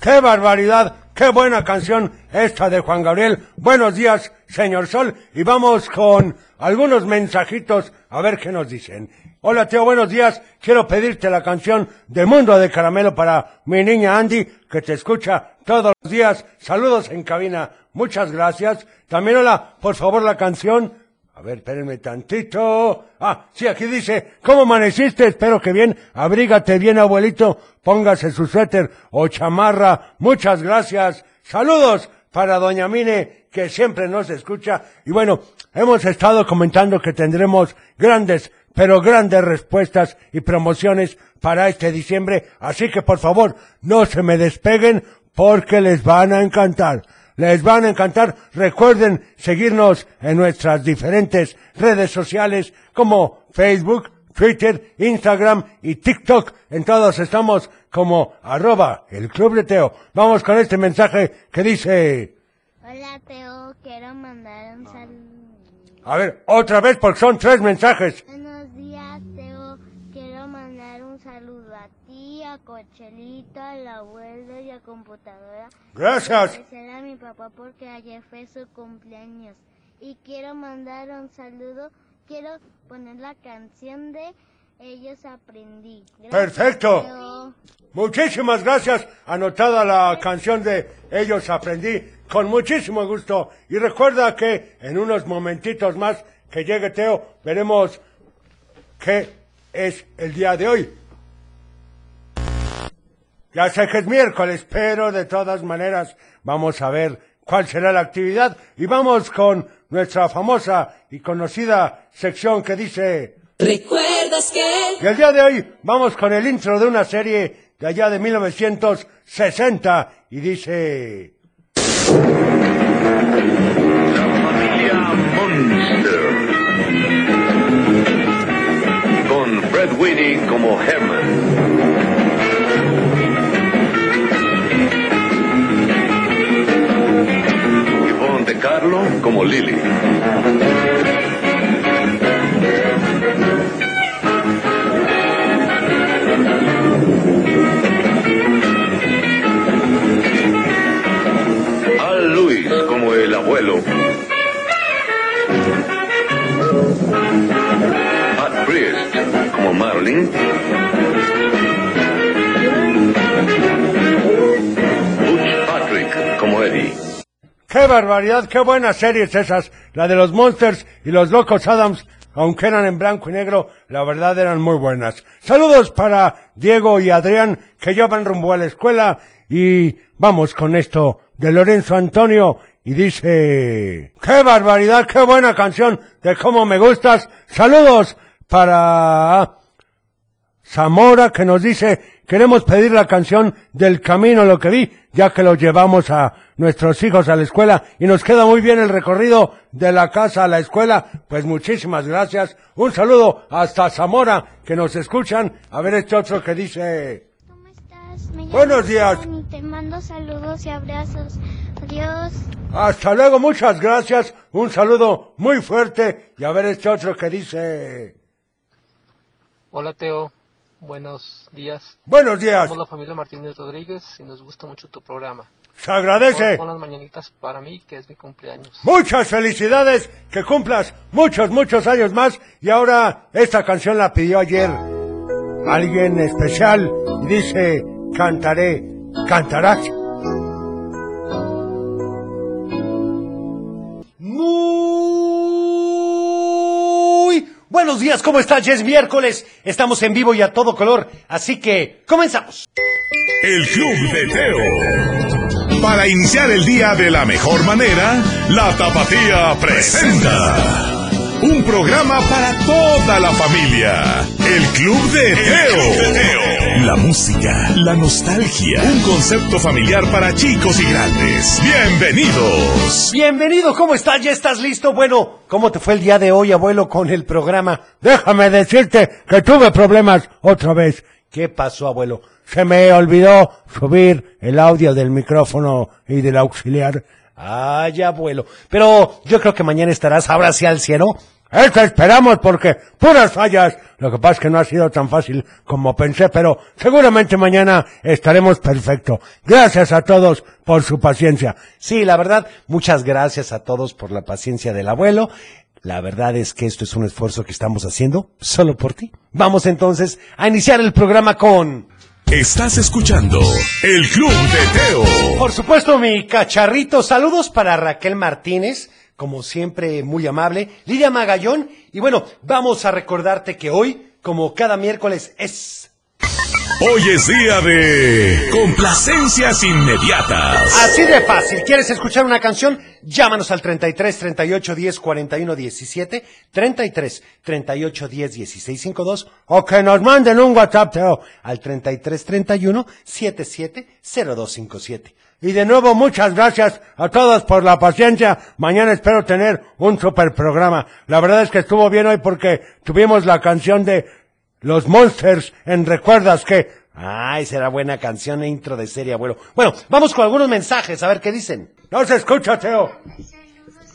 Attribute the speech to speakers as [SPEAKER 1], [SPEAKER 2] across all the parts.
[SPEAKER 1] ¡Qué barbaridad! ¡Qué buena canción esta de Juan Gabriel! Buenos días, señor Sol, y vamos con algunos mensajitos a ver qué nos dicen. Hola, tío, buenos días. Quiero pedirte la canción de Mundo de Caramelo para mi niña Andy, que te escucha todos los días. Saludos en cabina. Muchas gracias. También hola, por favor, la canción a ver, espérenme tantito. Ah, sí, aquí dice, ¿cómo amaneciste? Espero que bien. Abrígate bien, abuelito. Póngase su suéter o chamarra. Muchas gracias. Saludos para doña Mine, que siempre nos escucha. Y bueno, hemos estado comentando que tendremos grandes, pero grandes respuestas y promociones para este diciembre. Así que, por favor, no se me despeguen porque les van a encantar les van a encantar. Recuerden seguirnos en nuestras diferentes redes sociales como Facebook, Twitter, Instagram y TikTok. En todos estamos como arroba el Club de Teo. Vamos con este mensaje que dice...
[SPEAKER 2] Hola Teo, quiero mandar
[SPEAKER 1] Ah.
[SPEAKER 2] un saludo.
[SPEAKER 1] A ver, otra vez porque son tres mensajes.
[SPEAKER 2] Buenos días Teo, quiero mandar un saludo a ti, a Cochelito, al abuelo y a computadora.
[SPEAKER 1] Gracias.
[SPEAKER 2] Agradecer a mi papá porque ayer fue su cumpleaños. Y quiero mandar un saludo. Quiero poner la canción de Ellos Aprendí.
[SPEAKER 1] Perfecto.
[SPEAKER 2] Teo.
[SPEAKER 1] Muchísimas gracias. Anotada la canción de Ellos Aprendí con muchísimo gusto. Y recuerda que en unos momentitos más que llegue Teo, veremos qué es el día de hoy. Ya sé que es miércoles, pero de todas maneras vamos a ver cuál será la actividad y vamos con nuestra famosa y conocida sección que dice...
[SPEAKER 3] ¿Recuerdas que?
[SPEAKER 1] Y el día de hoy vamos con el intro de una serie de allá de 1960 y dice...
[SPEAKER 4] familia Monster. Con Fred Winnie como Herman. Yvonne de Carlo como Lily. Al Luis como el abuelo. Pat Priest como Marlin. Butch Patrick como Eddie.
[SPEAKER 1] ¡Qué barbaridad! ¡Qué buenas series esas! La de los Monsters y los Locos Adams, aunque eran en blanco y negro, la verdad eran muy buenas. Saludos para Diego y Adrián, que ya van rumbo a la escuela. Y vamos con esto de Lorenzo Antonio y dice... ¡Qué barbaridad! ¡Qué buena canción! De cómo me gustas. Saludos para... Zamora que nos dice, queremos pedir la canción del camino, lo que vi, ya que lo llevamos a nuestros hijos a la escuela y nos queda muy bien el recorrido de la casa a la escuela. Pues muchísimas gracias. Un saludo hasta Zamora que nos escuchan. A ver este otro que dice...
[SPEAKER 2] ¿Cómo estás? Me llamo
[SPEAKER 1] Buenos días.
[SPEAKER 2] Juan y te mando saludos y abrazos. Adiós.
[SPEAKER 1] Hasta luego, muchas gracias. Un saludo muy fuerte. Y a ver este otro que dice...
[SPEAKER 5] Hola Teo, buenos días.
[SPEAKER 1] Buenos días.
[SPEAKER 5] Somos la familia Martínez Rodríguez y nos gusta mucho tu programa.
[SPEAKER 1] Se agradece.
[SPEAKER 5] Con las mañanitas para mí, que es mi cumpleaños.
[SPEAKER 1] Muchas felicidades, que cumplas muchos, muchos años más. Y ahora esta canción la pidió ayer alguien especial y dice, cantaré, cantarás.
[SPEAKER 6] Muy buenos días, ¿cómo estás? Ya es miércoles, estamos en vivo y a todo color, así que comenzamos.
[SPEAKER 7] El Club de Teo. Para iniciar el día de la mejor manera, la Tapatía presenta un programa para toda la familia. El Club de Teo. La música, la nostalgia, un concepto familiar para chicos y grandes. Bienvenidos.
[SPEAKER 6] Bienvenido, ¿cómo estás? ¿Ya estás listo? Bueno, ¿cómo te fue el día de hoy, abuelo, con el programa?
[SPEAKER 1] Déjame decirte que tuve problemas otra vez.
[SPEAKER 6] ¿Qué pasó, abuelo?
[SPEAKER 1] Se me olvidó subir el audio del micrófono y del auxiliar.
[SPEAKER 6] Ay, abuelo. Pero yo creo que mañana estarás ahora sí al cielo
[SPEAKER 8] Eso esperamos porque puras fallas. Lo que pasa es que no ha sido tan fácil como pensé, pero seguramente mañana estaremos perfecto. Gracias a todos por su paciencia.
[SPEAKER 1] Sí, la verdad, muchas gracias a todos por la paciencia del abuelo. La verdad es que esto es un esfuerzo que estamos haciendo solo por ti. Vamos entonces a iniciar el programa con,
[SPEAKER 7] Estás escuchando El Club de Teo.
[SPEAKER 1] por supuesto, mi cacharrito. Saludos para Raquel Martínez, como siempre muy amable, Lidia Magallón. Y bueno, vamos a recordarte que hoy, como cada miércoles, es
[SPEAKER 7] Hoy es día de complacencias inmediatas.
[SPEAKER 1] Así de fácil. ¿Quieres escuchar una canción? Llámanos al 33 38 10 41 17, 33 38 10 16 52
[SPEAKER 8] O que nos manden un WhatsApp, Teo.
[SPEAKER 1] al 33 31 77 02 57.
[SPEAKER 8] Y de nuevo, muchas gracias a todos por la paciencia. Mañana espero tener un super programa. La verdad es que estuvo bien hoy porque tuvimos la canción de Los Monsters en Recuerdas que.
[SPEAKER 1] Ay, será buena canción e intro de serie, abuelo. Bueno, vamos con algunos mensajes, a ver qué dicen.
[SPEAKER 8] No se escucha, Teo.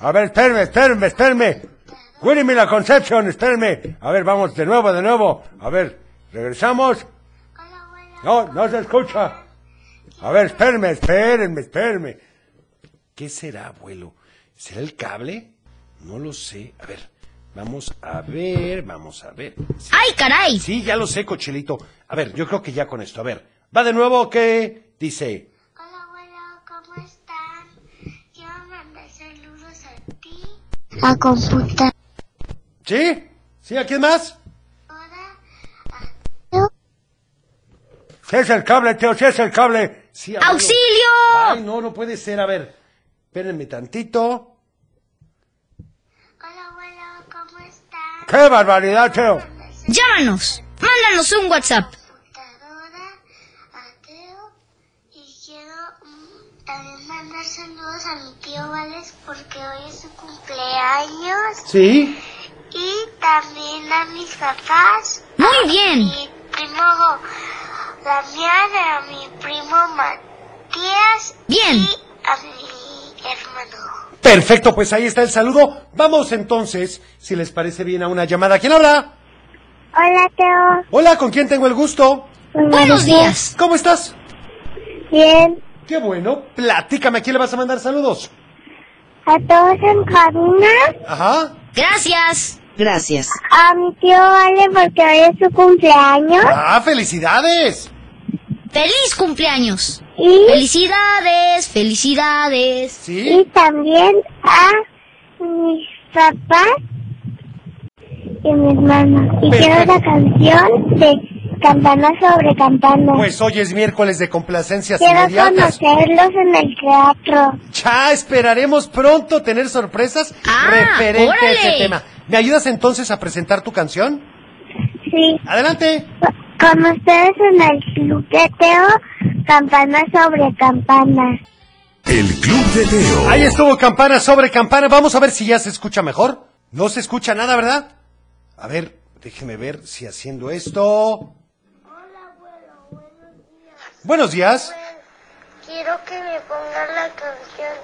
[SPEAKER 8] A ver, espérame, espérame, espérame. Willy la Concepción, espérame. A ver, vamos de nuevo, de nuevo. A ver, regresamos.
[SPEAKER 2] Hola, abuela.
[SPEAKER 8] No, no se escucha. A ver, espérame, espérenme, espérame.
[SPEAKER 1] ¿Qué será, abuelo? ¿Será el cable? No lo sé. A ver, vamos a ver, vamos a ver.
[SPEAKER 9] ¡Ay, caray!
[SPEAKER 1] Sí, ya lo sé, cochelito. A ver, yo creo que ya con esto. A ver, va de nuevo que dice.
[SPEAKER 2] Hola, abuelo, ¿cómo están? Quiero mandar saludos a ti. A computar.
[SPEAKER 1] ¿Sí? ¿Sí? ¿A quién más?
[SPEAKER 8] Si es el cable, Teo, si es el cable.
[SPEAKER 1] Sí, abuelo.
[SPEAKER 9] ¡Auxilio!
[SPEAKER 1] Ay, no, no puede ser. A ver, espérenme tantito.
[SPEAKER 2] Hola, abuelo, ¿cómo están?
[SPEAKER 8] ¡Qué barbaridad, Teo!
[SPEAKER 9] Llámanos. Mándanos un WhatsApp.
[SPEAKER 2] computadora, a Teo, y quiero mm, también mandar saludos a mi tío Vales porque hoy es su cumpleaños
[SPEAKER 1] ¿Sí?
[SPEAKER 2] y también a mis papás,
[SPEAKER 9] Muy bien.
[SPEAKER 2] mi primo Damián, a mi primo Matías
[SPEAKER 9] Bien.
[SPEAKER 2] y a mi hermano.
[SPEAKER 1] Perfecto, pues ahí está el saludo. Vamos entonces, si les parece bien, a una llamada. ¿Quién habla?
[SPEAKER 2] Hola Teo,
[SPEAKER 1] Hola, ¿con quién tengo el gusto?
[SPEAKER 9] Buenos días.
[SPEAKER 1] ¿Cómo estás?
[SPEAKER 2] bien,
[SPEAKER 1] Qué bueno. Platícame, ¿a quién le vas a mandar saludos?
[SPEAKER 2] a todos en cabina,
[SPEAKER 1] Ajá.
[SPEAKER 9] Gracias.
[SPEAKER 10] Gracias.
[SPEAKER 2] a mi tío Vale porque hoy es su cumpleaños
[SPEAKER 1] Ah, felicidades.
[SPEAKER 9] ¡Feliz cumpleaños!
[SPEAKER 2] y,
[SPEAKER 9] ¡Felicidades! ¡Felicidades!
[SPEAKER 1] Sí.
[SPEAKER 2] también a mis papás y mi hermano. Y
[SPEAKER 1] quiero la
[SPEAKER 2] canción de Campana sobre Campana.
[SPEAKER 1] Pues hoy es miércoles de complacencias inmediatas.
[SPEAKER 2] conocerlos en el teatro.
[SPEAKER 1] Ya esperaremos pronto tener sorpresas
[SPEAKER 9] Ah,
[SPEAKER 1] referente a este
[SPEAKER 9] órale.
[SPEAKER 1] tema. ¿Me ayudas entonces a presentar tu canción?
[SPEAKER 2] Sí,
[SPEAKER 1] Adelante.
[SPEAKER 2] con ustedes en el club de Teo, Campana sobre Campana.
[SPEAKER 7] El Club de Teo.
[SPEAKER 1] Ahí estuvo campana sobre campana. Vamos a ver si ya se escucha mejor. No se escucha nada, ¿verdad? A ver, déjeme ver si haciendo esto. Buenos días.
[SPEAKER 2] Quiero que me pongan la canción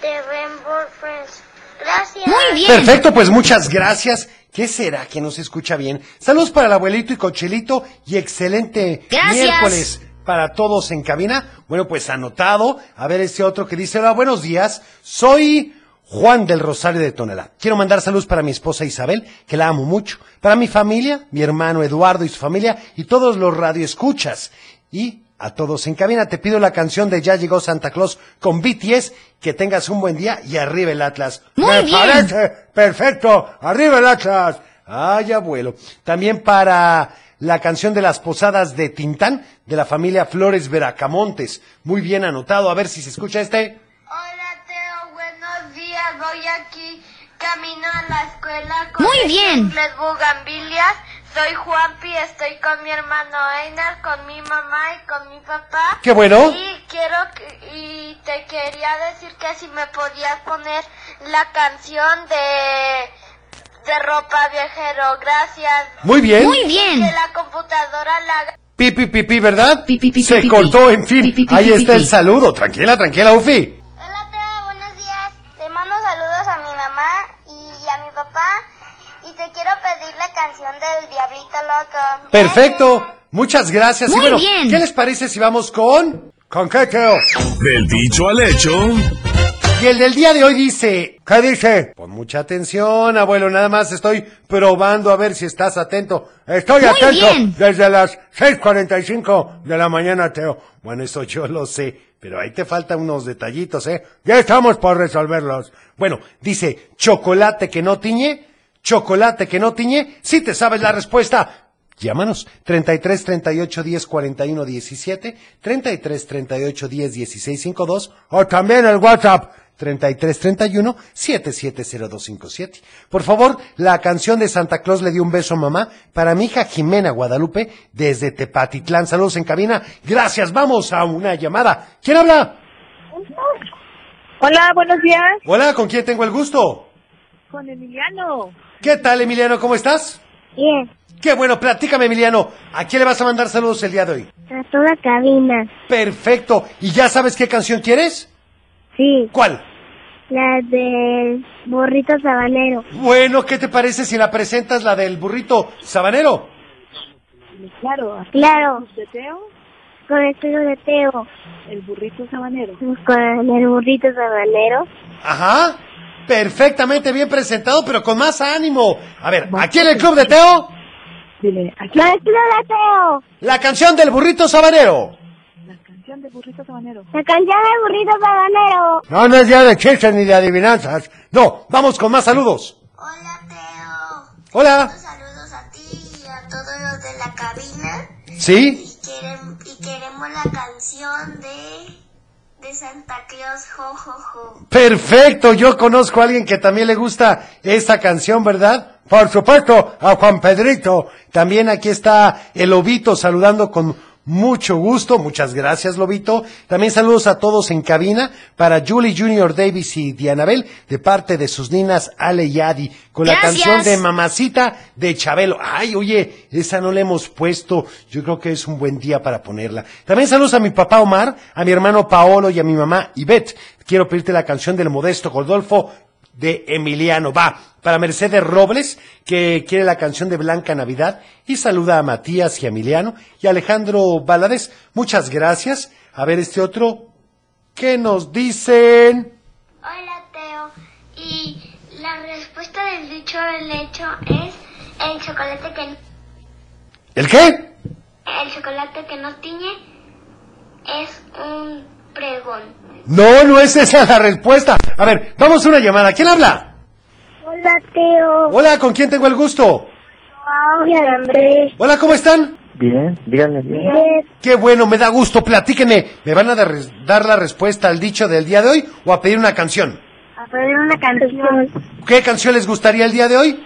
[SPEAKER 2] de Rainbow Friends. Gracias.
[SPEAKER 9] Muy bien.
[SPEAKER 1] Perfecto, pues muchas gracias. ¿Qué será que no se escucha bien? Saludos para el abuelito y cochelito y excelente
[SPEAKER 9] Gracias.
[SPEAKER 1] miércoles para todos en cabina. Bueno, pues anotado. A ver este otro que dice, hola, buenos días. Soy Juan del Rosario de Tonelá. Quiero mandar saludos para mi esposa Isabel, que la amo mucho. Para mi familia, mi hermano Eduardo y su familia y todos los radioescuchas. Y a todos en cabina te pido la canción de Ya llegó Santa Claus con BTS. Que tengas un buen día y arriba el Atlas.
[SPEAKER 9] Muy
[SPEAKER 1] Me
[SPEAKER 9] bien.
[SPEAKER 1] parece
[SPEAKER 8] Eh, Perfecto, arriba el Atlas.
[SPEAKER 1] Ay, abuelo. También para la canción de las posadas de Tintán, de la familia Flores Veracamontes. Muy bien anotado. A ver si se escucha este.
[SPEAKER 2] Hola Teo, buenos días. Voy aquí camino a la escuela con
[SPEAKER 9] Muy bien.
[SPEAKER 2] las bugambilias. Soy Juanpi, estoy con mi hermano Einar, con mi mamá y con mi papá.
[SPEAKER 1] ¡Qué bueno!
[SPEAKER 2] Y quiero que- y te quería decir que si me podías poner la canción de de ropa viajero. Gracias.
[SPEAKER 1] Muy bien.
[SPEAKER 9] Muy bien.
[SPEAKER 2] Que la computadora la haga.
[SPEAKER 1] Pi, pi, pi, pi, ¿verdad?
[SPEAKER 10] Pi, pi, pi,
[SPEAKER 1] se
[SPEAKER 10] pi, pi,
[SPEAKER 1] cortó,
[SPEAKER 10] pi.
[SPEAKER 1] en fin.
[SPEAKER 10] Pi, pi, pi,
[SPEAKER 1] Ahí
[SPEAKER 10] pi,
[SPEAKER 1] está
[SPEAKER 10] pi,
[SPEAKER 1] el
[SPEAKER 10] pi.
[SPEAKER 1] saludo. Tranquila, tranquila, Ufi.
[SPEAKER 2] Hola Teo, buenos días. Te mando saludos a mi mamá y a mi papá canción del Diablito Loco.
[SPEAKER 1] Perfecto. Muchas gracias. y
[SPEAKER 9] Muy
[SPEAKER 1] bueno,
[SPEAKER 9] bien.
[SPEAKER 1] ¿qué les parece si vamos con?
[SPEAKER 8] ¿Con qué, Teo?
[SPEAKER 7] Del dicho al hecho,
[SPEAKER 1] Y el del día de hoy dice,
[SPEAKER 8] ¿Qué dice?
[SPEAKER 1] Pon mucha atención, abuelo, nada más estoy probando a ver si estás atento.
[SPEAKER 8] Estoy
[SPEAKER 9] Muy
[SPEAKER 8] atento
[SPEAKER 9] bien.
[SPEAKER 8] desde las 6.45 de la mañana, Teo.
[SPEAKER 1] Bueno, eso yo lo sé, pero ahí te faltan unos detallitos, ¿eh?
[SPEAKER 8] Ya estamos por resolverlos.
[SPEAKER 1] Bueno, dice, chocolate que no tiñe, chocolate que no tiñe, si te sabes la respuesta, llámanos, 33 38 10 41 17, 33 38 10 16 52,
[SPEAKER 8] O también el WhatsApp.
[SPEAKER 1] 33 31 770257. Por favor, la canción de Santa Claus le dio un beso a mamá para mi hija Jimena Guadalupe desde Tepatitlán. Saludos en cabina. Gracias, vamos a una llamada. ¿Quién habla?
[SPEAKER 10] Hola, buenos días.
[SPEAKER 1] Hola, ¿con quién tengo el gusto?
[SPEAKER 10] Con Emiliano.
[SPEAKER 1] ¿Qué tal, Emiliano? ¿Cómo estás?
[SPEAKER 2] Bien,
[SPEAKER 1] Qué bueno, platícame, Emiliano. ¿A quién le vas a mandar saludos el día de hoy?
[SPEAKER 2] a toda cabina.
[SPEAKER 1] Perfecto. ¿Y ya sabes qué canción quieres?
[SPEAKER 2] Sí,
[SPEAKER 1] ¿Cuál?
[SPEAKER 2] la del burrito sabanero.
[SPEAKER 1] Bueno, ¿qué te parece si la presentas la del burrito sabanero?
[SPEAKER 10] Claro,
[SPEAKER 2] Claro,
[SPEAKER 10] de Teo,
[SPEAKER 2] con el tío de Teo, Pues
[SPEAKER 10] el burrito sabanero.
[SPEAKER 2] con el burrito sabanero.
[SPEAKER 1] Ajá. Perfectamente bien presentado, pero con más ánimo. A ver, aquí en el Club de Teo,
[SPEAKER 10] Dile, aquí
[SPEAKER 2] ¡Maestro de Teo!
[SPEAKER 1] la canción del burrito sabanero.
[SPEAKER 10] la canción del burrito sabanero.
[SPEAKER 2] ¡La canción del burrito sabanero!
[SPEAKER 8] No, no es día de chistes ni de adivinanzas.
[SPEAKER 1] No, vamos con más saludos.
[SPEAKER 2] Hola, Teo.
[SPEAKER 1] Hola.
[SPEAKER 2] Saludos a ti y a todos los de la cabina.
[SPEAKER 1] ¿Sí?
[SPEAKER 2] Y, querem- y queremos la canción de, de Santa Claus, jojojo.
[SPEAKER 1] Perfecto, yo conozco a alguien que también le gusta esta canción, ¿verdad?
[SPEAKER 8] Por supuesto, a Juan Pedrito.
[SPEAKER 1] También aquí está el Lobito saludando con mucho gusto. Muchas gracias, Lobito. También saludos a todos en cabina para Julie Junior Davis y Dianabel de parte de sus ninas Ale y Adi con
[SPEAKER 9] Gracias.
[SPEAKER 1] la canción de Mamacita de Chabelo. Ay, oye, esa no la hemos puesto. Yo creo que es un buen día para ponerla. También saludos a mi papá Omar, a mi hermano Paolo y a mi mamá Ivette. Quiero pedirte la canción del modesto Godolfo de Emiliano. Va para Mercedes Robles, que quiere la canción de Blanca Navidad, y saluda a Matías y a Emiliano y a Alejandro Valadez. Muchas gracias. A ver este otro. ¿Qué nos dicen?
[SPEAKER 2] Hola, Teo. Y la respuesta del dicho del hecho es el chocolate que
[SPEAKER 1] ¿El qué?
[SPEAKER 2] el chocolate que no tiñe es un pregón.
[SPEAKER 1] No, no es esa la respuesta. A ver, vamos a una llamada. ¿Quién habla?
[SPEAKER 2] Hola, Teo.
[SPEAKER 1] Hola, ¿con quién tengo el gusto?
[SPEAKER 2] Hola, Andrés.
[SPEAKER 1] Hola, ¿cómo están?
[SPEAKER 11] Bien, díganme bien.
[SPEAKER 1] Qué bueno, me da gusto. Platíquenme. ¿Me van a dar dar la respuesta al dicho del día de hoy o a pedir una canción?
[SPEAKER 2] A poner una canción.
[SPEAKER 1] ¿Qué canción les gustaría el día de hoy?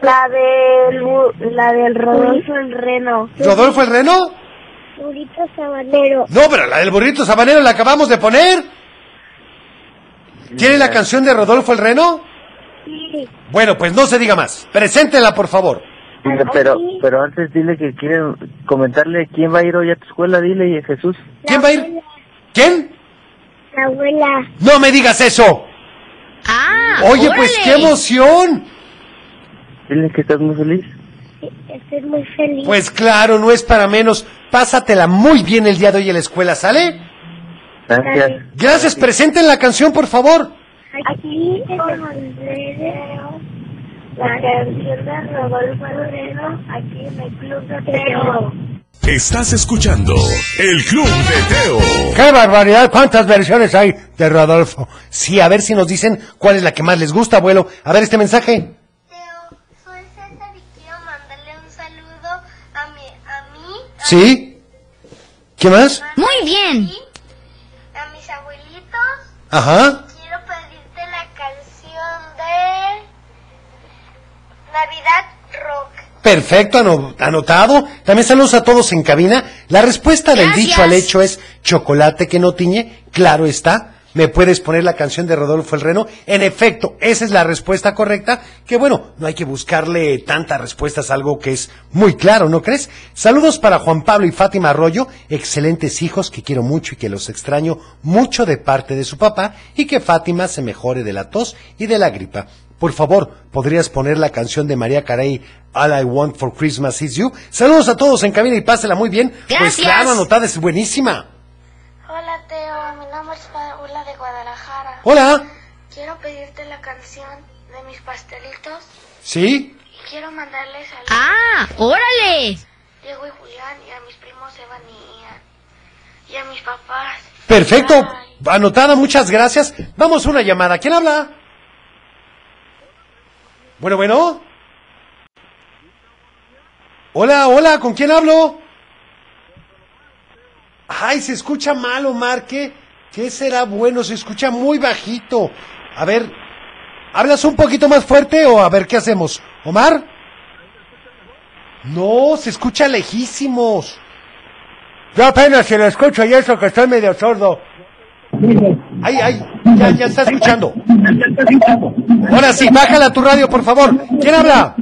[SPEAKER 2] La del, bu- la del Rodolfo el Reno.
[SPEAKER 1] ¿Rodolfo el Reno?
[SPEAKER 2] Burrito Sabanero.
[SPEAKER 1] No, pero la del burrito sabanero la acabamos de poner. ¿Tiene la canción de Rodolfo el Reno?
[SPEAKER 2] Sí.
[SPEAKER 1] Bueno, pues no se diga más. Preséntela, por favor.
[SPEAKER 11] Dile, pero,
[SPEAKER 5] pues-
[SPEAKER 11] pero antes dile que quieren comentarle quién va a ir hoy a tu escuela, dile, y a Jesús.
[SPEAKER 1] ¿Quién va a ir? ¿Quién?
[SPEAKER 2] La abuela.
[SPEAKER 1] No me digas eso.
[SPEAKER 9] Ah,
[SPEAKER 1] Oye, pues
[SPEAKER 9] órale.
[SPEAKER 1] qué emoción.
[SPEAKER 11] Dile que estás muy feliz.
[SPEAKER 2] Estoy muy feliz.
[SPEAKER 1] Pues claro, no es para menos. Pásatela muy bien el día de hoy en la escuela, ¿sale?
[SPEAKER 11] Gracias.
[SPEAKER 1] Gracias, presenten la canción, por favor.
[SPEAKER 2] Aquí encontré la canción de Rodolfo Moreno aquí en el Club de Teo.
[SPEAKER 7] estás escuchando el Club de Teo.
[SPEAKER 8] ¡Qué barbaridad! ¿Cuántas versiones hay de Rodolfo?
[SPEAKER 1] Sí, a ver si nos dicen cuál es la que más les gusta, abuelo. A ver este mensaje.
[SPEAKER 2] Teo, soy César y quiero mandarle un saludo a mi, a mí,
[SPEAKER 1] ¿Sí? ¿Qué más?
[SPEAKER 9] Muy bien.
[SPEAKER 2] a mis abuelitos.
[SPEAKER 1] Ajá.
[SPEAKER 2] Quiero pedirte la canción de Navidad Rock.
[SPEAKER 1] Perfecto, ano- anotado. También saludos a todos en cabina. La respuesta del
[SPEAKER 9] Gracias.
[SPEAKER 1] dicho al hecho es chocolate que no tiñe. Claro está. Me puedes poner la canción de Rodolfo el Reno. En efecto, esa es la respuesta correcta. Que bueno, no hay que buscarle tantas respuestas a algo que es muy claro, ¿no crees? Saludos para Juan Pablo y Fátima Arroyo, excelentes hijos que quiero mucho y que los extraño mucho de parte de su papá y que Fátima se mejore de la tos y de la gripa. Por favor, ¿podrías poner la canción de María Carey, All I Want for Christmas Is You? Saludos a todos en cabina y pásela muy bien. Pues
[SPEAKER 12] Gracias.
[SPEAKER 1] claro, anotada es buenísima.
[SPEAKER 12] Hola Teo, mi nombre es Paula de Guadalajara.
[SPEAKER 1] Hola.
[SPEAKER 12] Quiero pedirte la canción de mis pastelitos
[SPEAKER 1] ¿Sí?
[SPEAKER 12] y quiero mandarles a
[SPEAKER 9] ¡Ah! ¡Órale!
[SPEAKER 12] Diego y Julián y a mis primos Evan y Ian y a mis papás.
[SPEAKER 1] Perfecto. Anotada, muchas gracias. Vamos a una llamada. ¿Quién habla? Bueno, bueno. Hola, hola, ¿con quién hablo? Ay, se escucha mal, Omar. ¿Qué, qué será bueno? Se escucha muy bajito. A ver, ¿hablas un poquito más fuerte o a ver qué hacemos? ¿Omar? No, se escucha lejísimos.
[SPEAKER 8] Yo apenas si lo escucho y eso que estoy medio sordo.
[SPEAKER 1] Ay, ay, ya, ya está escuchando. Ahora sí, bájala tu radio, por favor. ¿Quién habla?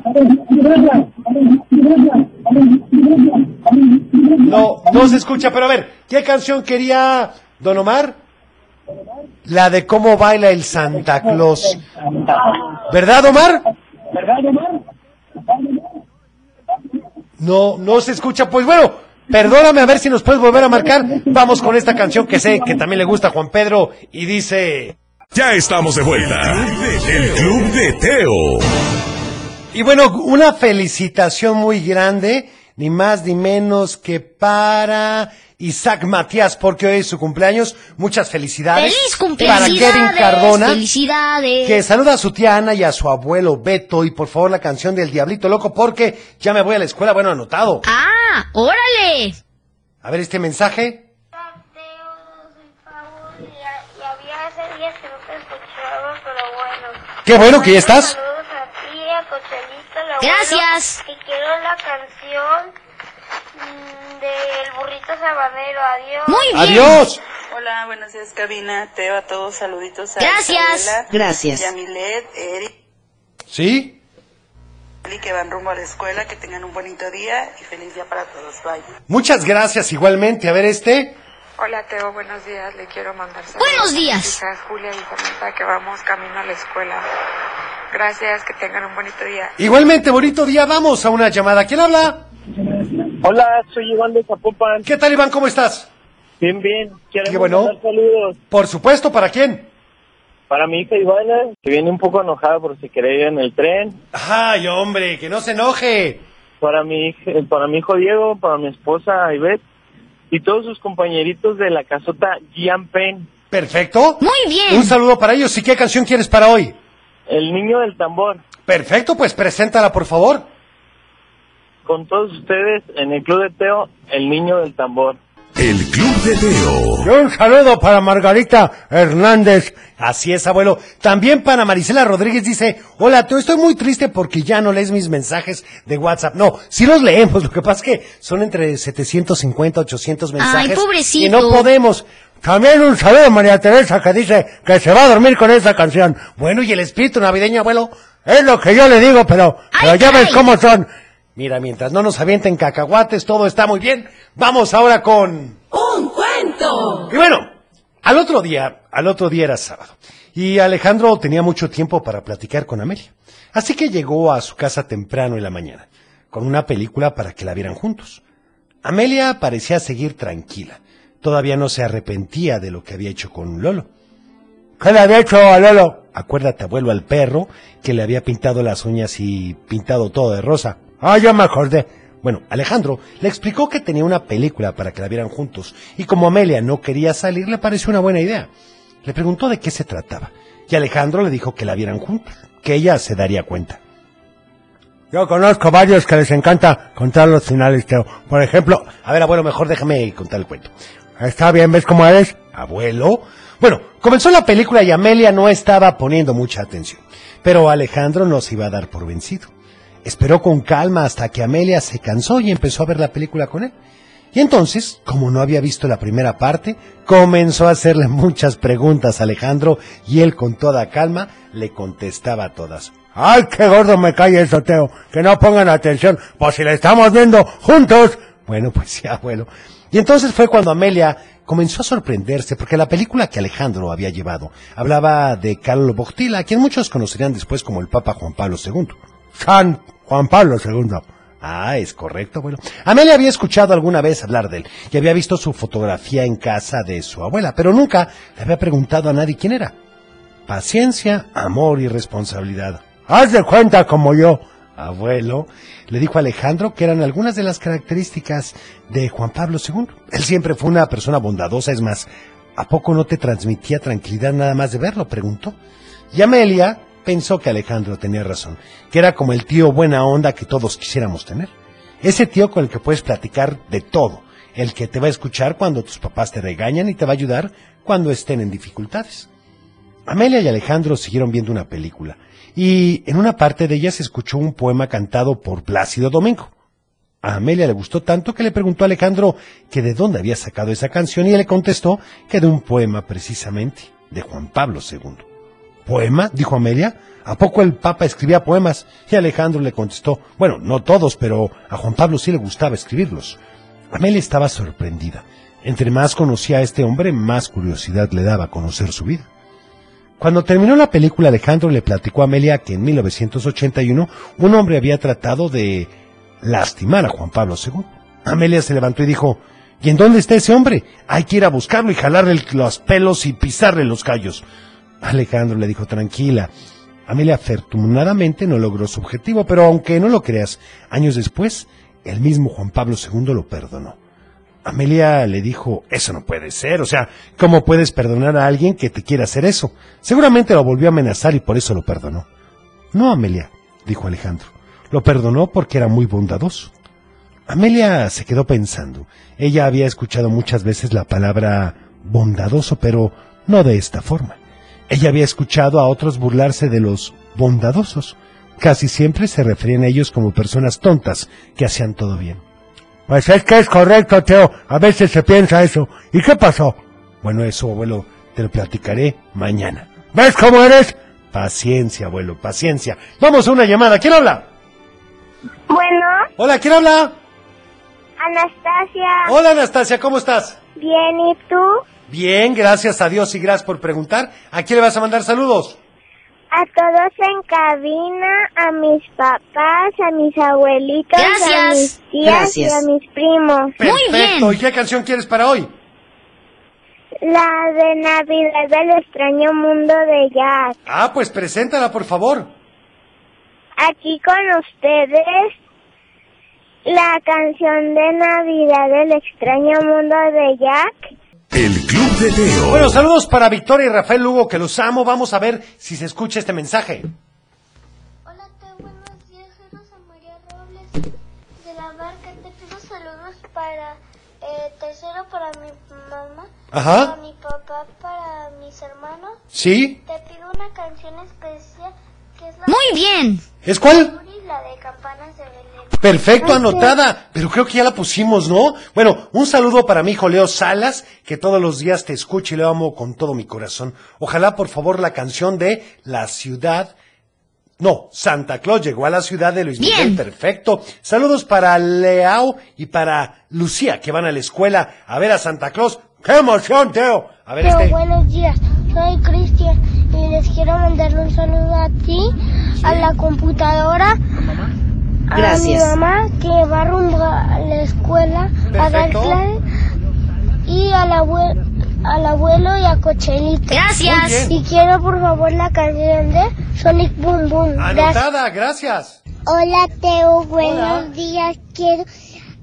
[SPEAKER 1] No, no se escucha, pero a ver, ¿qué canción quería Don Omar? La de cómo baila el Santa Claus. ¿Verdad, Omar? No, no se escucha. Pues bueno, perdóname a ver si nos puedes volver a marcar. Vamos con esta canción que sé que también le gusta a Juan Pedro y dice...
[SPEAKER 7] Ya estamos de vuelta. El Club de Teo.
[SPEAKER 1] Y bueno, una felicitación muy grande, ni más ni menos que para Isaac Matías, porque hoy es su cumpleaños. Muchas felicidades.
[SPEAKER 9] ¡Feliz cumpleaños!
[SPEAKER 1] Para Kevin Cardona.
[SPEAKER 9] ¡Felicidades!
[SPEAKER 1] Que saluda a su tía Ana y a su abuelo Beto. Y por favor, la canción del Diablito Loco, porque ya me voy a la escuela. Bueno, anotado.
[SPEAKER 9] ¡Ah! ¡Órale!
[SPEAKER 1] A ver este mensaje.
[SPEAKER 12] Y había hace días que no te escuchaba, pero bueno.
[SPEAKER 1] Qué bueno que ya estás.
[SPEAKER 12] Saludos a ti, a Cochelito, al abuelo,
[SPEAKER 9] Gracias.
[SPEAKER 12] Y quiero la canción mm, del burrito sabanero. Adiós.
[SPEAKER 9] Muy bien.
[SPEAKER 1] Adiós.
[SPEAKER 13] Hola, buenos días, cabina. Teo, a todos, saluditos a
[SPEAKER 9] Gracias.
[SPEAKER 13] Isabela,
[SPEAKER 9] Gracias.
[SPEAKER 13] Y a Milet, Eric,
[SPEAKER 1] ¿Sí?
[SPEAKER 13] y que van rumbo a la escuela, que tengan un bonito día y feliz día para todos. Bye.
[SPEAKER 1] Muchas gracias igualmente. A ver este.
[SPEAKER 14] Hola Teo, buenos días. Le quiero mandar saludos.
[SPEAKER 9] Buenos
[SPEAKER 14] a mis
[SPEAKER 9] días.
[SPEAKER 14] hijas Julia y Samantha, que vamos camino a la escuela. Gracias, que tengan un bonito día.
[SPEAKER 1] Igualmente, bonito día. Vamos a una llamada. ¿Quién habla?
[SPEAKER 5] Hola, soy Iván de Zapopan.
[SPEAKER 1] ¿Qué tal, Iván? ¿Cómo estás?
[SPEAKER 5] Bien, bien. Queremos
[SPEAKER 1] Qué bueno.
[SPEAKER 5] mandar saludos
[SPEAKER 1] Por supuesto, ¿para quién?
[SPEAKER 5] para mi hija Ivana, que viene un poco enojada por si quería ir en el tren.
[SPEAKER 1] Ay, hombre, que no se enoje.
[SPEAKER 5] Para mi, hij- para mi hijo Diego, para mi esposa Ivette y todos sus compañeritos de la casota Gian Pen,
[SPEAKER 1] Perfecto.
[SPEAKER 9] Muy bien.
[SPEAKER 1] Un saludo para ellos. ¿Y qué canción quieres para hoy?
[SPEAKER 5] el niño del tambor.
[SPEAKER 1] Perfecto, pues preséntala, por favor.
[SPEAKER 5] Con todos ustedes en el Club de Teo, el niño del tambor.
[SPEAKER 7] El Club de Teo.
[SPEAKER 8] Y un saludo para Margarita Hernández.
[SPEAKER 1] Así es, abuelo. También para Marisela Rodríguez dice, hola, Teo, estoy muy triste porque ya no lees mis mensajes de WhatsApp. No, sí los leemos, lo que pasa es que son entre 750, 800 mensajes.
[SPEAKER 9] pobrecito.
[SPEAKER 1] Y no podemos.
[SPEAKER 8] También un saludo a María Teresa que dice que se va a dormir con esa canción.
[SPEAKER 1] Bueno, y el espíritu navideño, abuelo.
[SPEAKER 8] Es lo que yo le digo, pero, pero ya ves
[SPEAKER 9] caray!
[SPEAKER 8] cómo son.
[SPEAKER 1] Mira, mientras no nos avienten cacahuates, todo está muy bien. Vamos ahora con...
[SPEAKER 3] Un cuento.
[SPEAKER 1] Y bueno, al otro día, al otro día era sábado, y Alejandro tenía mucho tiempo para platicar con Amelia. Así que llegó a su casa temprano en la mañana, con una película para que la vieran juntos. Amelia parecía seguir tranquila. Todavía no se arrepentía de lo que había hecho con Lolo.
[SPEAKER 8] ¿Qué le había hecho a Lolo?
[SPEAKER 1] Acuérdate, abuelo, al perro que le había pintado las uñas y pintado todo de rosa.
[SPEAKER 8] Ah, ya me acordé.
[SPEAKER 1] Bueno, Alejandro le explicó que tenía una película para que la vieran juntos, y como Amelia no quería salir, le pareció una buena idea. Le preguntó de qué se trataba, y Alejandro le dijo que la vieran juntos, que ella se daría cuenta.
[SPEAKER 8] Yo conozco varios que les encanta contar los finales, Teo. Por ejemplo,
[SPEAKER 1] A ver, abuelo, mejor déjame contar el cuento.
[SPEAKER 8] está bien, ¿ves cómo eres?
[SPEAKER 1] Abuelo. Bueno, comenzó la película y Amelia no estaba poniendo mucha atención, pero Alejandro no se iba a dar por vencido. Esperó con calma hasta que Amelia se cansó y empezó a ver la película con él. Y entonces, como no había visto la primera parte, comenzó a hacerle muchas preguntas a Alejandro y él con toda calma le contestaba a todas.
[SPEAKER 8] Ay, qué gordo me cae eso, Teo. Que no pongan atención, pues si la estamos viendo juntos.
[SPEAKER 1] Bueno, pues sí, abuelo. Y entonces fue cuando Amelia comenzó a sorprenderse porque la película que Alejandro había llevado hablaba de Carlo Bochtila, a quien muchos conocerían después como el Papa Juan Pablo II.
[SPEAKER 8] San Juan Pablo II.
[SPEAKER 1] Ah, es correcto, bueno. Amelia había escuchado alguna vez hablar de él y había visto su fotografía en casa de su abuela, pero nunca le había preguntado a nadie quién era. Paciencia, amor y responsabilidad.
[SPEAKER 8] Haz de cuenta como yo.
[SPEAKER 1] Abuelo, le dijo a Alejandro que eran algunas de las características de Juan Pablo II. Él siempre fue una persona bondadosa, es más, ¿a poco no te transmitía tranquilidad nada más de verlo? preguntó. Y Amelia pensó que Alejandro tenía razón, que era como el tío buena onda que todos quisiéramos tener. Ese tío con el que puedes platicar de todo, el que te va a escuchar cuando tus papás te regañan y te va a ayudar cuando estén en dificultades. Amelia y Alejandro siguieron viendo una película, y en una parte de ella se escuchó un poema cantado por Plácido Domingo. A Amelia le gustó tanto que le preguntó a Alejandro que de dónde había sacado esa canción y él le contestó que de un poema precisamente, de Juan Pablo II. ¿Poema? dijo Amelia. ¿A poco el Papa escribía poemas? Y Alejandro le contestó, bueno, no todos, pero a Juan Pablo sí le gustaba escribirlos. Amelia estaba sorprendida. Entre más conocía a este hombre, más curiosidad le daba a conocer su vida. Cuando terminó la película, Alejandro le platicó a Amelia que en 1981 un hombre había tratado de lastimar a Juan Pablo II. Amelia se levantó y dijo, ¿y en dónde está ese hombre? Hay que ir a buscarlo y jalarle los pelos y pisarle los callos. Alejandro le dijo, tranquila. Amelia afortunadamente no logró su objetivo, pero aunque no lo creas, años después, el mismo Juan Pablo II lo perdonó. Amelia le dijo, eso no puede ser, o sea, ¿cómo puedes perdonar a alguien que te quiera hacer eso? Seguramente lo volvió a amenazar y por eso lo perdonó. No, Amelia, dijo Alejandro, lo perdonó porque era muy bondadoso. Amelia se quedó pensando. Ella había escuchado muchas veces la palabra bondadoso, pero no de esta forma. Ella había escuchado a otros burlarse de los bondadosos. Casi siempre se referían a ellos como personas tontas que hacían todo bien.
[SPEAKER 8] Pues es que es correcto, Teo. A veces se piensa eso. ¿Y qué pasó?
[SPEAKER 1] Bueno, eso, abuelo, te lo platicaré mañana.
[SPEAKER 8] ¿Ves cómo eres?
[SPEAKER 1] Paciencia, abuelo, paciencia. Vamos a una llamada. ¿Quién habla?
[SPEAKER 15] Bueno.
[SPEAKER 1] Hola, ¿quién habla?
[SPEAKER 15] Anastasia.
[SPEAKER 1] Hola, Anastasia, ¿cómo estás?
[SPEAKER 15] Bien, ¿y tú?
[SPEAKER 1] Bien, gracias a Dios y gracias por preguntar. ¿A quién le vas a mandar saludos?
[SPEAKER 15] A todos en cabina, a mis papás, a mis abuelitos,
[SPEAKER 9] Gracias.
[SPEAKER 15] a mis tías
[SPEAKER 9] Gracias.
[SPEAKER 15] y a mis primos.
[SPEAKER 1] Perfecto. ¿Y qué canción quieres para hoy?
[SPEAKER 15] La de Navidad del extraño mundo de Jack.
[SPEAKER 1] Ah, pues preséntala, por favor.
[SPEAKER 15] Aquí con ustedes la canción de Navidad del extraño mundo de Jack.
[SPEAKER 7] El Club de Teo.
[SPEAKER 1] Bueno, saludos para Victoria y Rafael Lugo, que los amo. Vamos a ver si se escucha este mensaje.
[SPEAKER 16] Hola, Teo, buenos días. Soy Rosa María Robles de la Barca. Te pido saludos para eh, tercero para mi mamá,
[SPEAKER 1] Ajá.
[SPEAKER 16] para mi papá, para mis hermanos.
[SPEAKER 1] ¿Sí?
[SPEAKER 16] Te pido una canción especial que es la
[SPEAKER 9] Muy bien.
[SPEAKER 1] ¿Es cuál?
[SPEAKER 16] Y la de campanas de Belén.
[SPEAKER 1] Perfecto, anotada. Pero creo que ya la pusimos, ¿no? Bueno, un saludo para mi hijo Leo Salas, que todos los días te escucha y lo amo con todo mi corazón. Ojalá, por favor, la canción de La ciudad. No, Santa Claus llegó a la ciudad de Luis Miguel. Perfecto. Saludos para Leao y para Lucía, que van a la escuela a ver a Santa Claus. ¡Qué emoción, Teo! A ver,
[SPEAKER 16] Teo,
[SPEAKER 1] este.
[SPEAKER 16] buenos días. Soy Cristian y les quiero mandarle un saludo a ti, a la computadora, a
[SPEAKER 3] Gracias.
[SPEAKER 16] mi mamá que va rumbo a la escuela a dar
[SPEAKER 3] Perfecto.
[SPEAKER 16] clases y al abuelo, al abuelo y a Cochelito.
[SPEAKER 9] Gracias.
[SPEAKER 16] Y quiero por favor la canción de Sonic Boom Boom. Gracias.
[SPEAKER 1] Anotada, gracias.
[SPEAKER 16] Hola Teo, buenos días. Quiero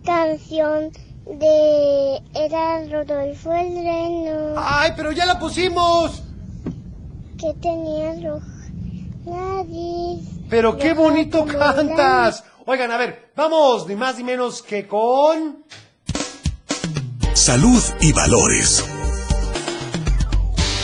[SPEAKER 16] canción de era Rodolfo el Reno.
[SPEAKER 1] ¡Ay, pero ya la pusimos!
[SPEAKER 16] que tenía roja nariz.
[SPEAKER 1] Pero qué bonito cantas. Oigan, a ver, vamos ni más ni menos que con...
[SPEAKER 7] Salud y valores.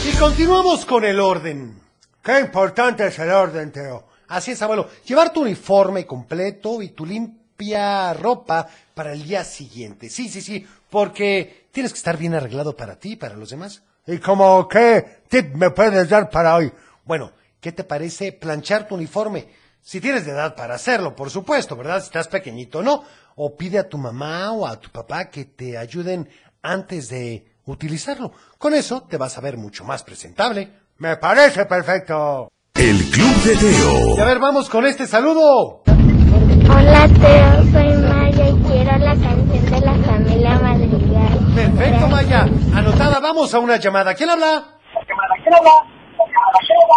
[SPEAKER 1] Y continuamos con el orden.
[SPEAKER 8] Qué importante es el orden, Teo.
[SPEAKER 1] Así es, abuelo. Llevar tu uniforme completo y tu limpia ropa para el día siguiente. Sí, sí, sí, porque tienes que estar bien arreglado para ti y para los demás.
[SPEAKER 8] ¿Y como qué tip me puedes dar para hoy?
[SPEAKER 1] Bueno, ¿qué te parece planchar tu uniforme? Si tienes de edad para hacerlo, por supuesto, ¿verdad? Si estás pequeñito, ¿no? O pide a tu mamá o a tu papá que te ayuden antes de utilizarlo. Con eso te vas a ver mucho más presentable.
[SPEAKER 8] Me parece perfecto.
[SPEAKER 7] El Club de Teo.
[SPEAKER 1] Y a ver, vamos con este saludo.
[SPEAKER 2] Hola Teo, soy Maya y quiero la canción de la familia Madrigal.
[SPEAKER 1] Perfecto, Maya. Anotada, vamos a una llamada. ¿Quién habla?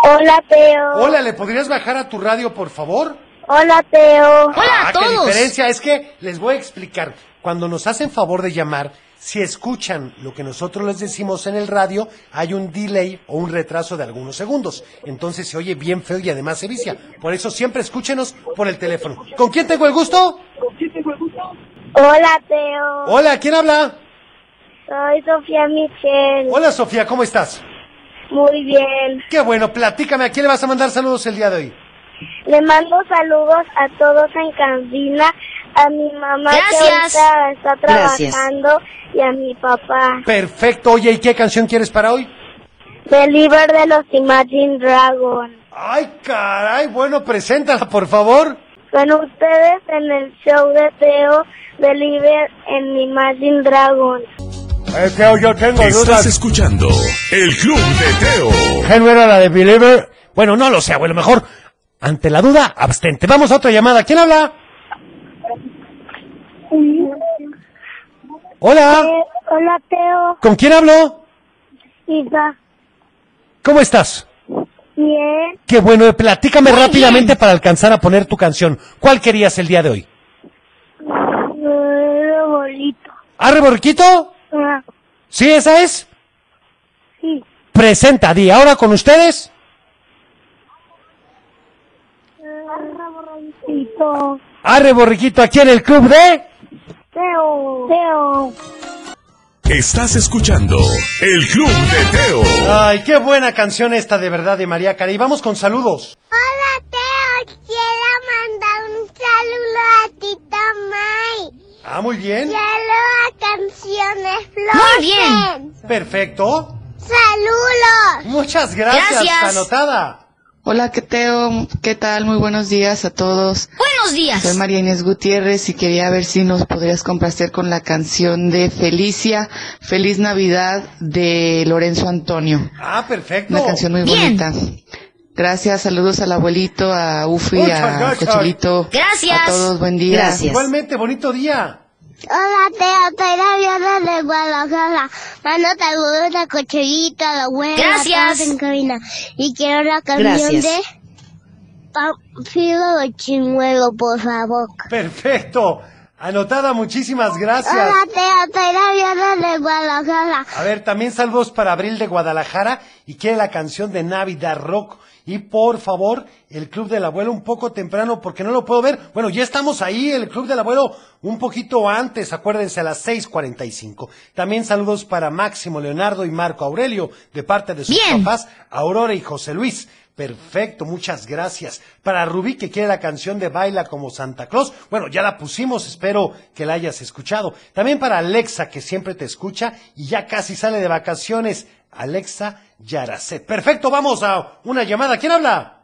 [SPEAKER 2] Hola Teo.
[SPEAKER 1] Hola, ¿le podrías bajar a tu radio, por favor?
[SPEAKER 2] Hola Teo.
[SPEAKER 1] Hola a todos. diferencia es que les voy a explicar. Cuando nos hacen favor de llamar, si escuchan lo que nosotros les decimos en el radio, hay un delay o un retraso de algunos segundos. Entonces se oye bien feo y además se vicia. Por eso siempre escúchenos por el teléfono. ¿Con quién tengo el gusto?
[SPEAKER 2] Hola Teo.
[SPEAKER 1] Hola, ¿quién habla?
[SPEAKER 2] Soy Sofía Michel.
[SPEAKER 1] Hola, Sofía, ¿cómo estás?
[SPEAKER 2] Muy bien.
[SPEAKER 1] Qué bueno, platícame, ¿a quién le vas a mandar saludos el día de hoy?
[SPEAKER 2] Le mando saludos a todos en Cantina, a mi mamá
[SPEAKER 9] Gracias.
[SPEAKER 2] que ahorita está
[SPEAKER 1] Gracias.
[SPEAKER 2] trabajando y a mi papá.
[SPEAKER 1] Perfecto, oye, ¿y qué canción quieres para hoy?
[SPEAKER 2] Believer de los Imagine Dragon.
[SPEAKER 1] Ay, caray, bueno, preséntala, por favor.
[SPEAKER 2] Con ustedes en el show de Teo, Believer en Imagine Dragon.
[SPEAKER 8] Eh, Teo, yo tengo
[SPEAKER 7] Estás
[SPEAKER 8] dudas.
[SPEAKER 7] escuchando el Club de Teo.
[SPEAKER 1] ¿Qué no era la de Believer? Bueno, no lo sé, abuelo, mejor. Ante la duda, abstente. Vamos a otra llamada. ¿Quién habla? Hola.
[SPEAKER 2] hola Teo,
[SPEAKER 1] ¿Con quién hablo?
[SPEAKER 2] Isa.
[SPEAKER 1] ¿Cómo estás?
[SPEAKER 2] Bien,
[SPEAKER 1] Qué bueno, eh, platícame rápidamente para alcanzar a poner tu canción. ¿Cuál querías el día de hoy?
[SPEAKER 2] eh, bolito.
[SPEAKER 1] ¿Arre Borriquito?
[SPEAKER 2] Ah,
[SPEAKER 1] ¿Sí, esa es?
[SPEAKER 2] sí,
[SPEAKER 1] Presenta, di. Ahora con ustedes.
[SPEAKER 2] Tito.
[SPEAKER 1] Arre Borriquito aquí en el club de...
[SPEAKER 2] Teo. Teo.
[SPEAKER 7] Estás escuchando el Club de Teo.
[SPEAKER 1] Ay, qué buena canción esta de verdad de María Carey. Vamos con saludos.
[SPEAKER 2] Hola Teo, quiero mandar un saludo a Tito May.
[SPEAKER 1] Ah, muy bien.
[SPEAKER 2] Quiero la canción de
[SPEAKER 9] Muy bien.
[SPEAKER 1] Perfecto.
[SPEAKER 2] Saludos.
[SPEAKER 1] Muchas gracias,
[SPEAKER 9] Gracias.
[SPEAKER 1] anotada.
[SPEAKER 17] Hola, ¿qué Teo? ¿Qué tal? Muy buenos días a todos.
[SPEAKER 9] Buenos días.
[SPEAKER 1] Pues,
[SPEAKER 17] Soy María Inés Gutiérrez y quería ver si nos podrías complacer con la canción de Felicia, Feliz Navidad de Lorenzo Antonio.
[SPEAKER 1] Ah, perfecto.
[SPEAKER 17] Una canción muy
[SPEAKER 9] Bien.
[SPEAKER 17] bonita. Gracias, saludos al abuelito, a Ufi,
[SPEAKER 1] Muchas
[SPEAKER 17] a
[SPEAKER 1] gracias.
[SPEAKER 17] Cochelito.
[SPEAKER 9] Gracias.
[SPEAKER 17] A todos, buen día.
[SPEAKER 1] Igualmente, bonito día.
[SPEAKER 2] Hola Teo, soy la Viola de Guadalajara. Mando saludos a Cocherita, a la abuela,
[SPEAKER 9] Gracias.
[SPEAKER 2] a todos en cabina. Y quiero la canción
[SPEAKER 1] Gracias.
[SPEAKER 2] de Pamphilo de Chimuelo, por favor.
[SPEAKER 1] Perfecto. Anotada, muchísimas gracias.
[SPEAKER 2] Hola Teo, soy la Viola de Guadalajara.
[SPEAKER 1] A ver, también saludos para Abril de Guadalajara y quiere la canción de Navidad Rock. Y por favor, el Club del Abuelo un poco temprano porque no lo puedo ver. Bueno, ya estamos ahí, el Club del Abuelo un poquito antes, acuérdense, a las 6.45. También saludos para Máximo Leonardo y Marco Aurelio de parte de sus
[SPEAKER 9] Bien.
[SPEAKER 1] papás, Aurora y José Luis. Perfecto, muchas gracias. Para Rubí que quiere la canción de Baila como Santa Claus. Bueno, ya la pusimos, espero que la hayas escuchado. También para Alexa que siempre te escucha y ya casi sale de vacaciones. Alexa Yaracet. Perfecto, vamos a una llamada. ¿Quién habla?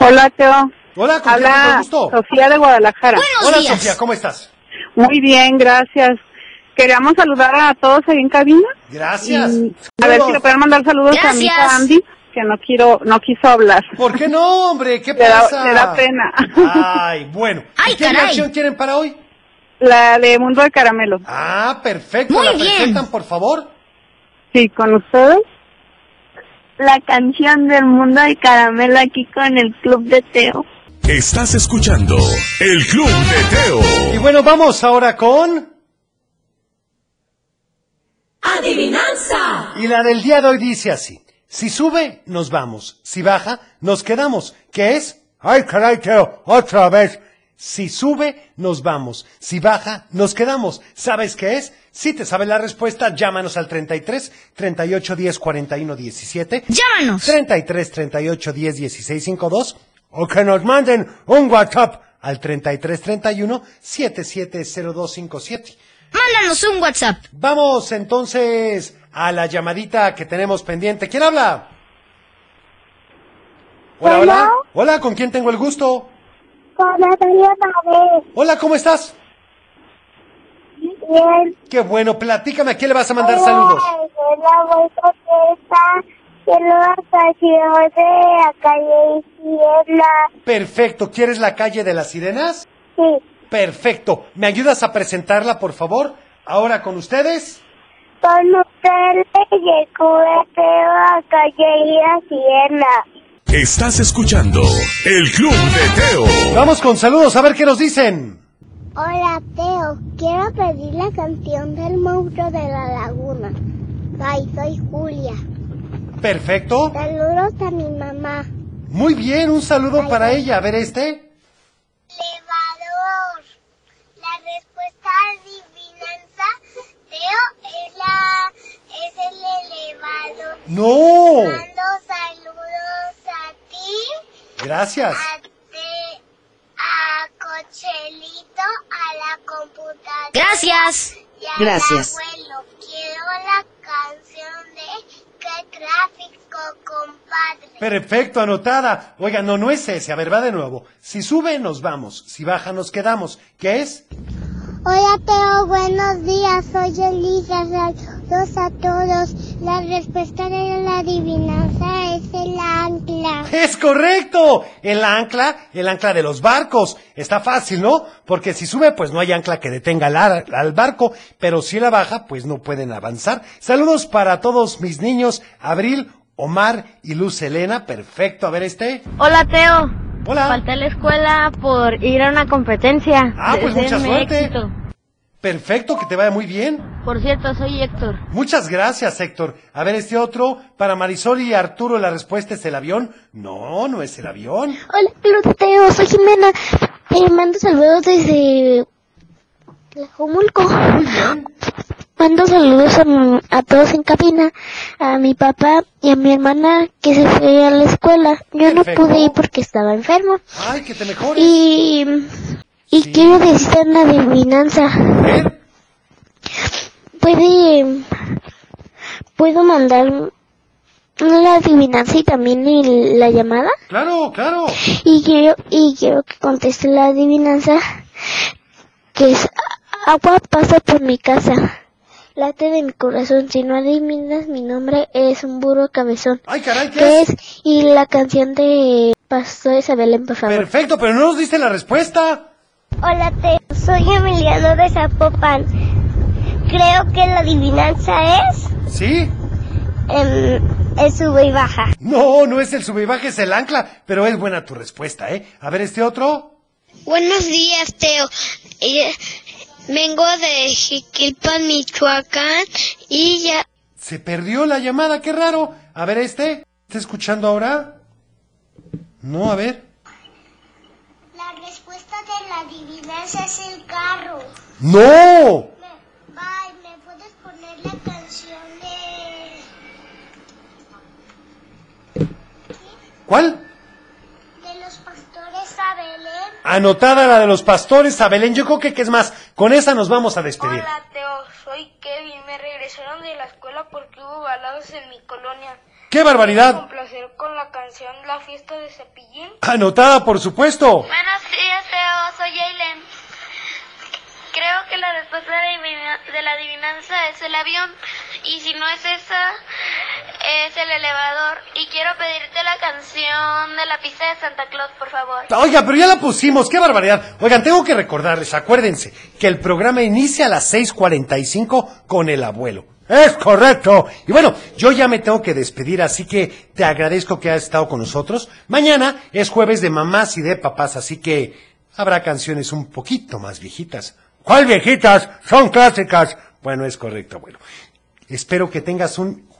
[SPEAKER 18] Hola, Teo.
[SPEAKER 1] Hola, ¿con quién tengo el
[SPEAKER 18] Habla
[SPEAKER 1] gusto?
[SPEAKER 18] Sofía de Guadalajara.
[SPEAKER 1] Hola Sofía, ¿cómo estás?
[SPEAKER 18] Muy bien, gracias. Queríamos saludar a todos ahí en cabina.
[SPEAKER 1] Gracias.
[SPEAKER 18] Y a ver si le pueden mandar saludos a mi hija
[SPEAKER 9] Gracias.
[SPEAKER 18] Andy, que no quiero, no quiso hablar.
[SPEAKER 1] ¿Por qué no, hombre? ¿Qué
[SPEAKER 18] Le da,
[SPEAKER 1] pasa?
[SPEAKER 18] le da pena.
[SPEAKER 1] Ay, bueno.
[SPEAKER 9] Ay,
[SPEAKER 1] ¿Y ¿Qué
[SPEAKER 9] caray.
[SPEAKER 1] canción quieren para hoy?
[SPEAKER 18] La de Mundo de Caramelo.
[SPEAKER 1] Ah, perfecto.
[SPEAKER 9] Muy
[SPEAKER 1] ¿La
[SPEAKER 9] bien.
[SPEAKER 1] presentan, por favor?
[SPEAKER 18] Sí, con ustedes.
[SPEAKER 2] La canción del mundo de caramelo aquí con el club de Teo.
[SPEAKER 7] Estás escuchando el Club de
[SPEAKER 1] Y
[SPEAKER 7] Teo.
[SPEAKER 1] bueno, vamos ahora con...
[SPEAKER 3] Adivinanza.
[SPEAKER 1] Y la del día de hoy dice así. Si sube, nos vamos. Si baja, nos quedamos. ¿Qué es?
[SPEAKER 8] Ay, caray, Teo, otra vez.
[SPEAKER 1] Si sube, nos vamos. Si baja, nos quedamos. ¿Sabes qué es? Si te sabes la respuesta, llámanos al 33 38 10 41 17.
[SPEAKER 9] Llámanos.
[SPEAKER 1] 33 38 10 16 52 o que nos manden un WhatsApp al 33 31 77 02 57.
[SPEAKER 9] Mándanos un WhatsApp.
[SPEAKER 1] Vamos entonces a la llamadita que tenemos pendiente. ¿Quién habla? Hola, hola. Hola, ¿con quién tengo el gusto?
[SPEAKER 2] Con Natalia Pavés.
[SPEAKER 1] Hola, ¿cómo estás?
[SPEAKER 15] bien.
[SPEAKER 1] Qué bueno, platícame, ¿a quién le vas a mandar saludos?
[SPEAKER 15] La vuelta que está, que lo ocasión de la calle Izquierda.
[SPEAKER 1] Perfecto, ¿quieres la calle de las sirenas?
[SPEAKER 15] Sí,
[SPEAKER 1] Perfecto, ¿me ayudas a presentarla, por favor? Ahora con ustedes.
[SPEAKER 15] con usted le llegó a la calle Izquierda.
[SPEAKER 7] Estás escuchando el Club de Teo.
[SPEAKER 1] Vamos con saludos, a ver qué nos dicen.
[SPEAKER 2] Hola Teo, quiero pedir la canción del monstruo de la laguna. Ay, soy Julia.
[SPEAKER 1] Perfecto.
[SPEAKER 2] Saludos a mi mamá.
[SPEAKER 1] Muy bien, un saludo para ella. A ver este.
[SPEAKER 2] Elevador. La respuesta a adivinanza, Teo, es, la, es el elevador.
[SPEAKER 1] No.
[SPEAKER 2] Mando saludos a ti,
[SPEAKER 1] Gracias.
[SPEAKER 2] de- a Cochelito, a la computadora.
[SPEAKER 9] Gracias.
[SPEAKER 2] Y al
[SPEAKER 9] Gracias.
[SPEAKER 2] abuelo, quiero la canción de ¿Qué tráfico, compadre?
[SPEAKER 1] Perfecto, anotada. Oiga, no, no es ese. A ver, va de nuevo. Si sube, nos vamos. Si baja, nos quedamos. ¿Qué es?
[SPEAKER 2] Hola Teo, buenos días, soy Elisa, saludos a todos. La respuesta de la adivinanza es el ancla.
[SPEAKER 1] Es correcto. El ancla, el ancla de los barcos. Está fácil, ¿no? Porque si sube, pues no hay ancla que detenga al, ar- al barco, pero si la baja, pues no pueden avanzar. Saludos para todos mis niños, Abril, Omar y Luz Elena. Perfecto. A ver este.
[SPEAKER 19] Hola, Teo.
[SPEAKER 1] Hola.
[SPEAKER 19] Falté a la escuela por ir a una competencia.
[SPEAKER 1] Ah, pues, mucha
[SPEAKER 19] Deseenme
[SPEAKER 1] suerte.
[SPEAKER 19] éxito.
[SPEAKER 1] Perfecto, que te vaya muy bien.
[SPEAKER 19] Por cierto, soy Héctor.
[SPEAKER 1] Muchas gracias, Héctor. A ver este otro. Para Marisol y Arturo, la respuesta es el avión. No, no es el avión.
[SPEAKER 2] Hola Teo, soy Jimena. Te mando saludos desde Tlajomulco. Mando saludos a, mi- a todos en cabina, a mi papá y a mi hermana que se fue a la escuela. Yo
[SPEAKER 1] Perfecto.
[SPEAKER 2] no pude ir porque estaba enfermo.
[SPEAKER 1] Ay, que te mejores.
[SPEAKER 2] Y, y quiero decir una adivinanza.
[SPEAKER 1] ¿Eh?
[SPEAKER 2] Puede, puedo mandar la adivinanza y también el- la llamada.
[SPEAKER 1] Claro, claro.
[SPEAKER 2] Y quiero, y quiero que conteste la adivinanza que es agua pasa por mi casa. Late de mi corazón, si no adivinas mi nombre es un burro cabezón.
[SPEAKER 1] Ay, caray, ¿qué
[SPEAKER 2] ¿Qué
[SPEAKER 1] es?
[SPEAKER 2] es? Y la canción de Pastor Isabel, por favor.
[SPEAKER 1] Perfecto, pero no nos diste la respuesta.
[SPEAKER 2] Hola, te soy Emiliano de Zapopan. Creo que la adivinanza es
[SPEAKER 1] ¿Sí?
[SPEAKER 2] el em, sube y baja.
[SPEAKER 1] No, no es el subivaje, es el ancla. Pero es buena tu respuesta, ¿eh? A ver este otro.
[SPEAKER 20] Buenos días, Teo. Eh, Vengo de Jiquilpan, Michoacán, y ya...
[SPEAKER 1] Se perdió la llamada, qué raro. A ver este. ¿Está escuchando ahora? No, a ver.
[SPEAKER 2] La respuesta de la adivinanza es el carro.
[SPEAKER 1] ¡No!
[SPEAKER 2] Bye, ¿me puedes poner la canción de,
[SPEAKER 1] ¿Cuál?
[SPEAKER 2] de los pastores a Belén?
[SPEAKER 1] Anotada la de los pastores a Belén. Yo creo que, que es más, con esa nos vamos a despedir.
[SPEAKER 12] Hola Teo, soy Kevin. Me regresaron de la escuela porque hubo balados en mi colonia.
[SPEAKER 1] ¡Qué barbaridad!
[SPEAKER 12] Con placer con la canción La fiesta de Cepillín.
[SPEAKER 1] Anotada, por supuesto.
[SPEAKER 12] Buenos días Teo, soy Ailen. Creo que la respuesta de, la adivinanza es el avión y si no es esa es el elevador y quiero pedirte la canción de la pista de Santa Claus por favor.
[SPEAKER 1] Oiga, pero ya la pusimos, qué barbaridad. Oigan, tengo que recordarles, acuérdense, que el programa inicia a las 6.45 con el abuelo. Es correcto. Y bueno, yo ya me tengo que despedir, así que te agradezco que has estado con nosotros. Mañana es jueves de mamás y de papás, así que habrá canciones un poquito más viejitas. ¿Cuál viejitas? Son clásicas. Bueno, es correcto, abuelo. Espero que tengas un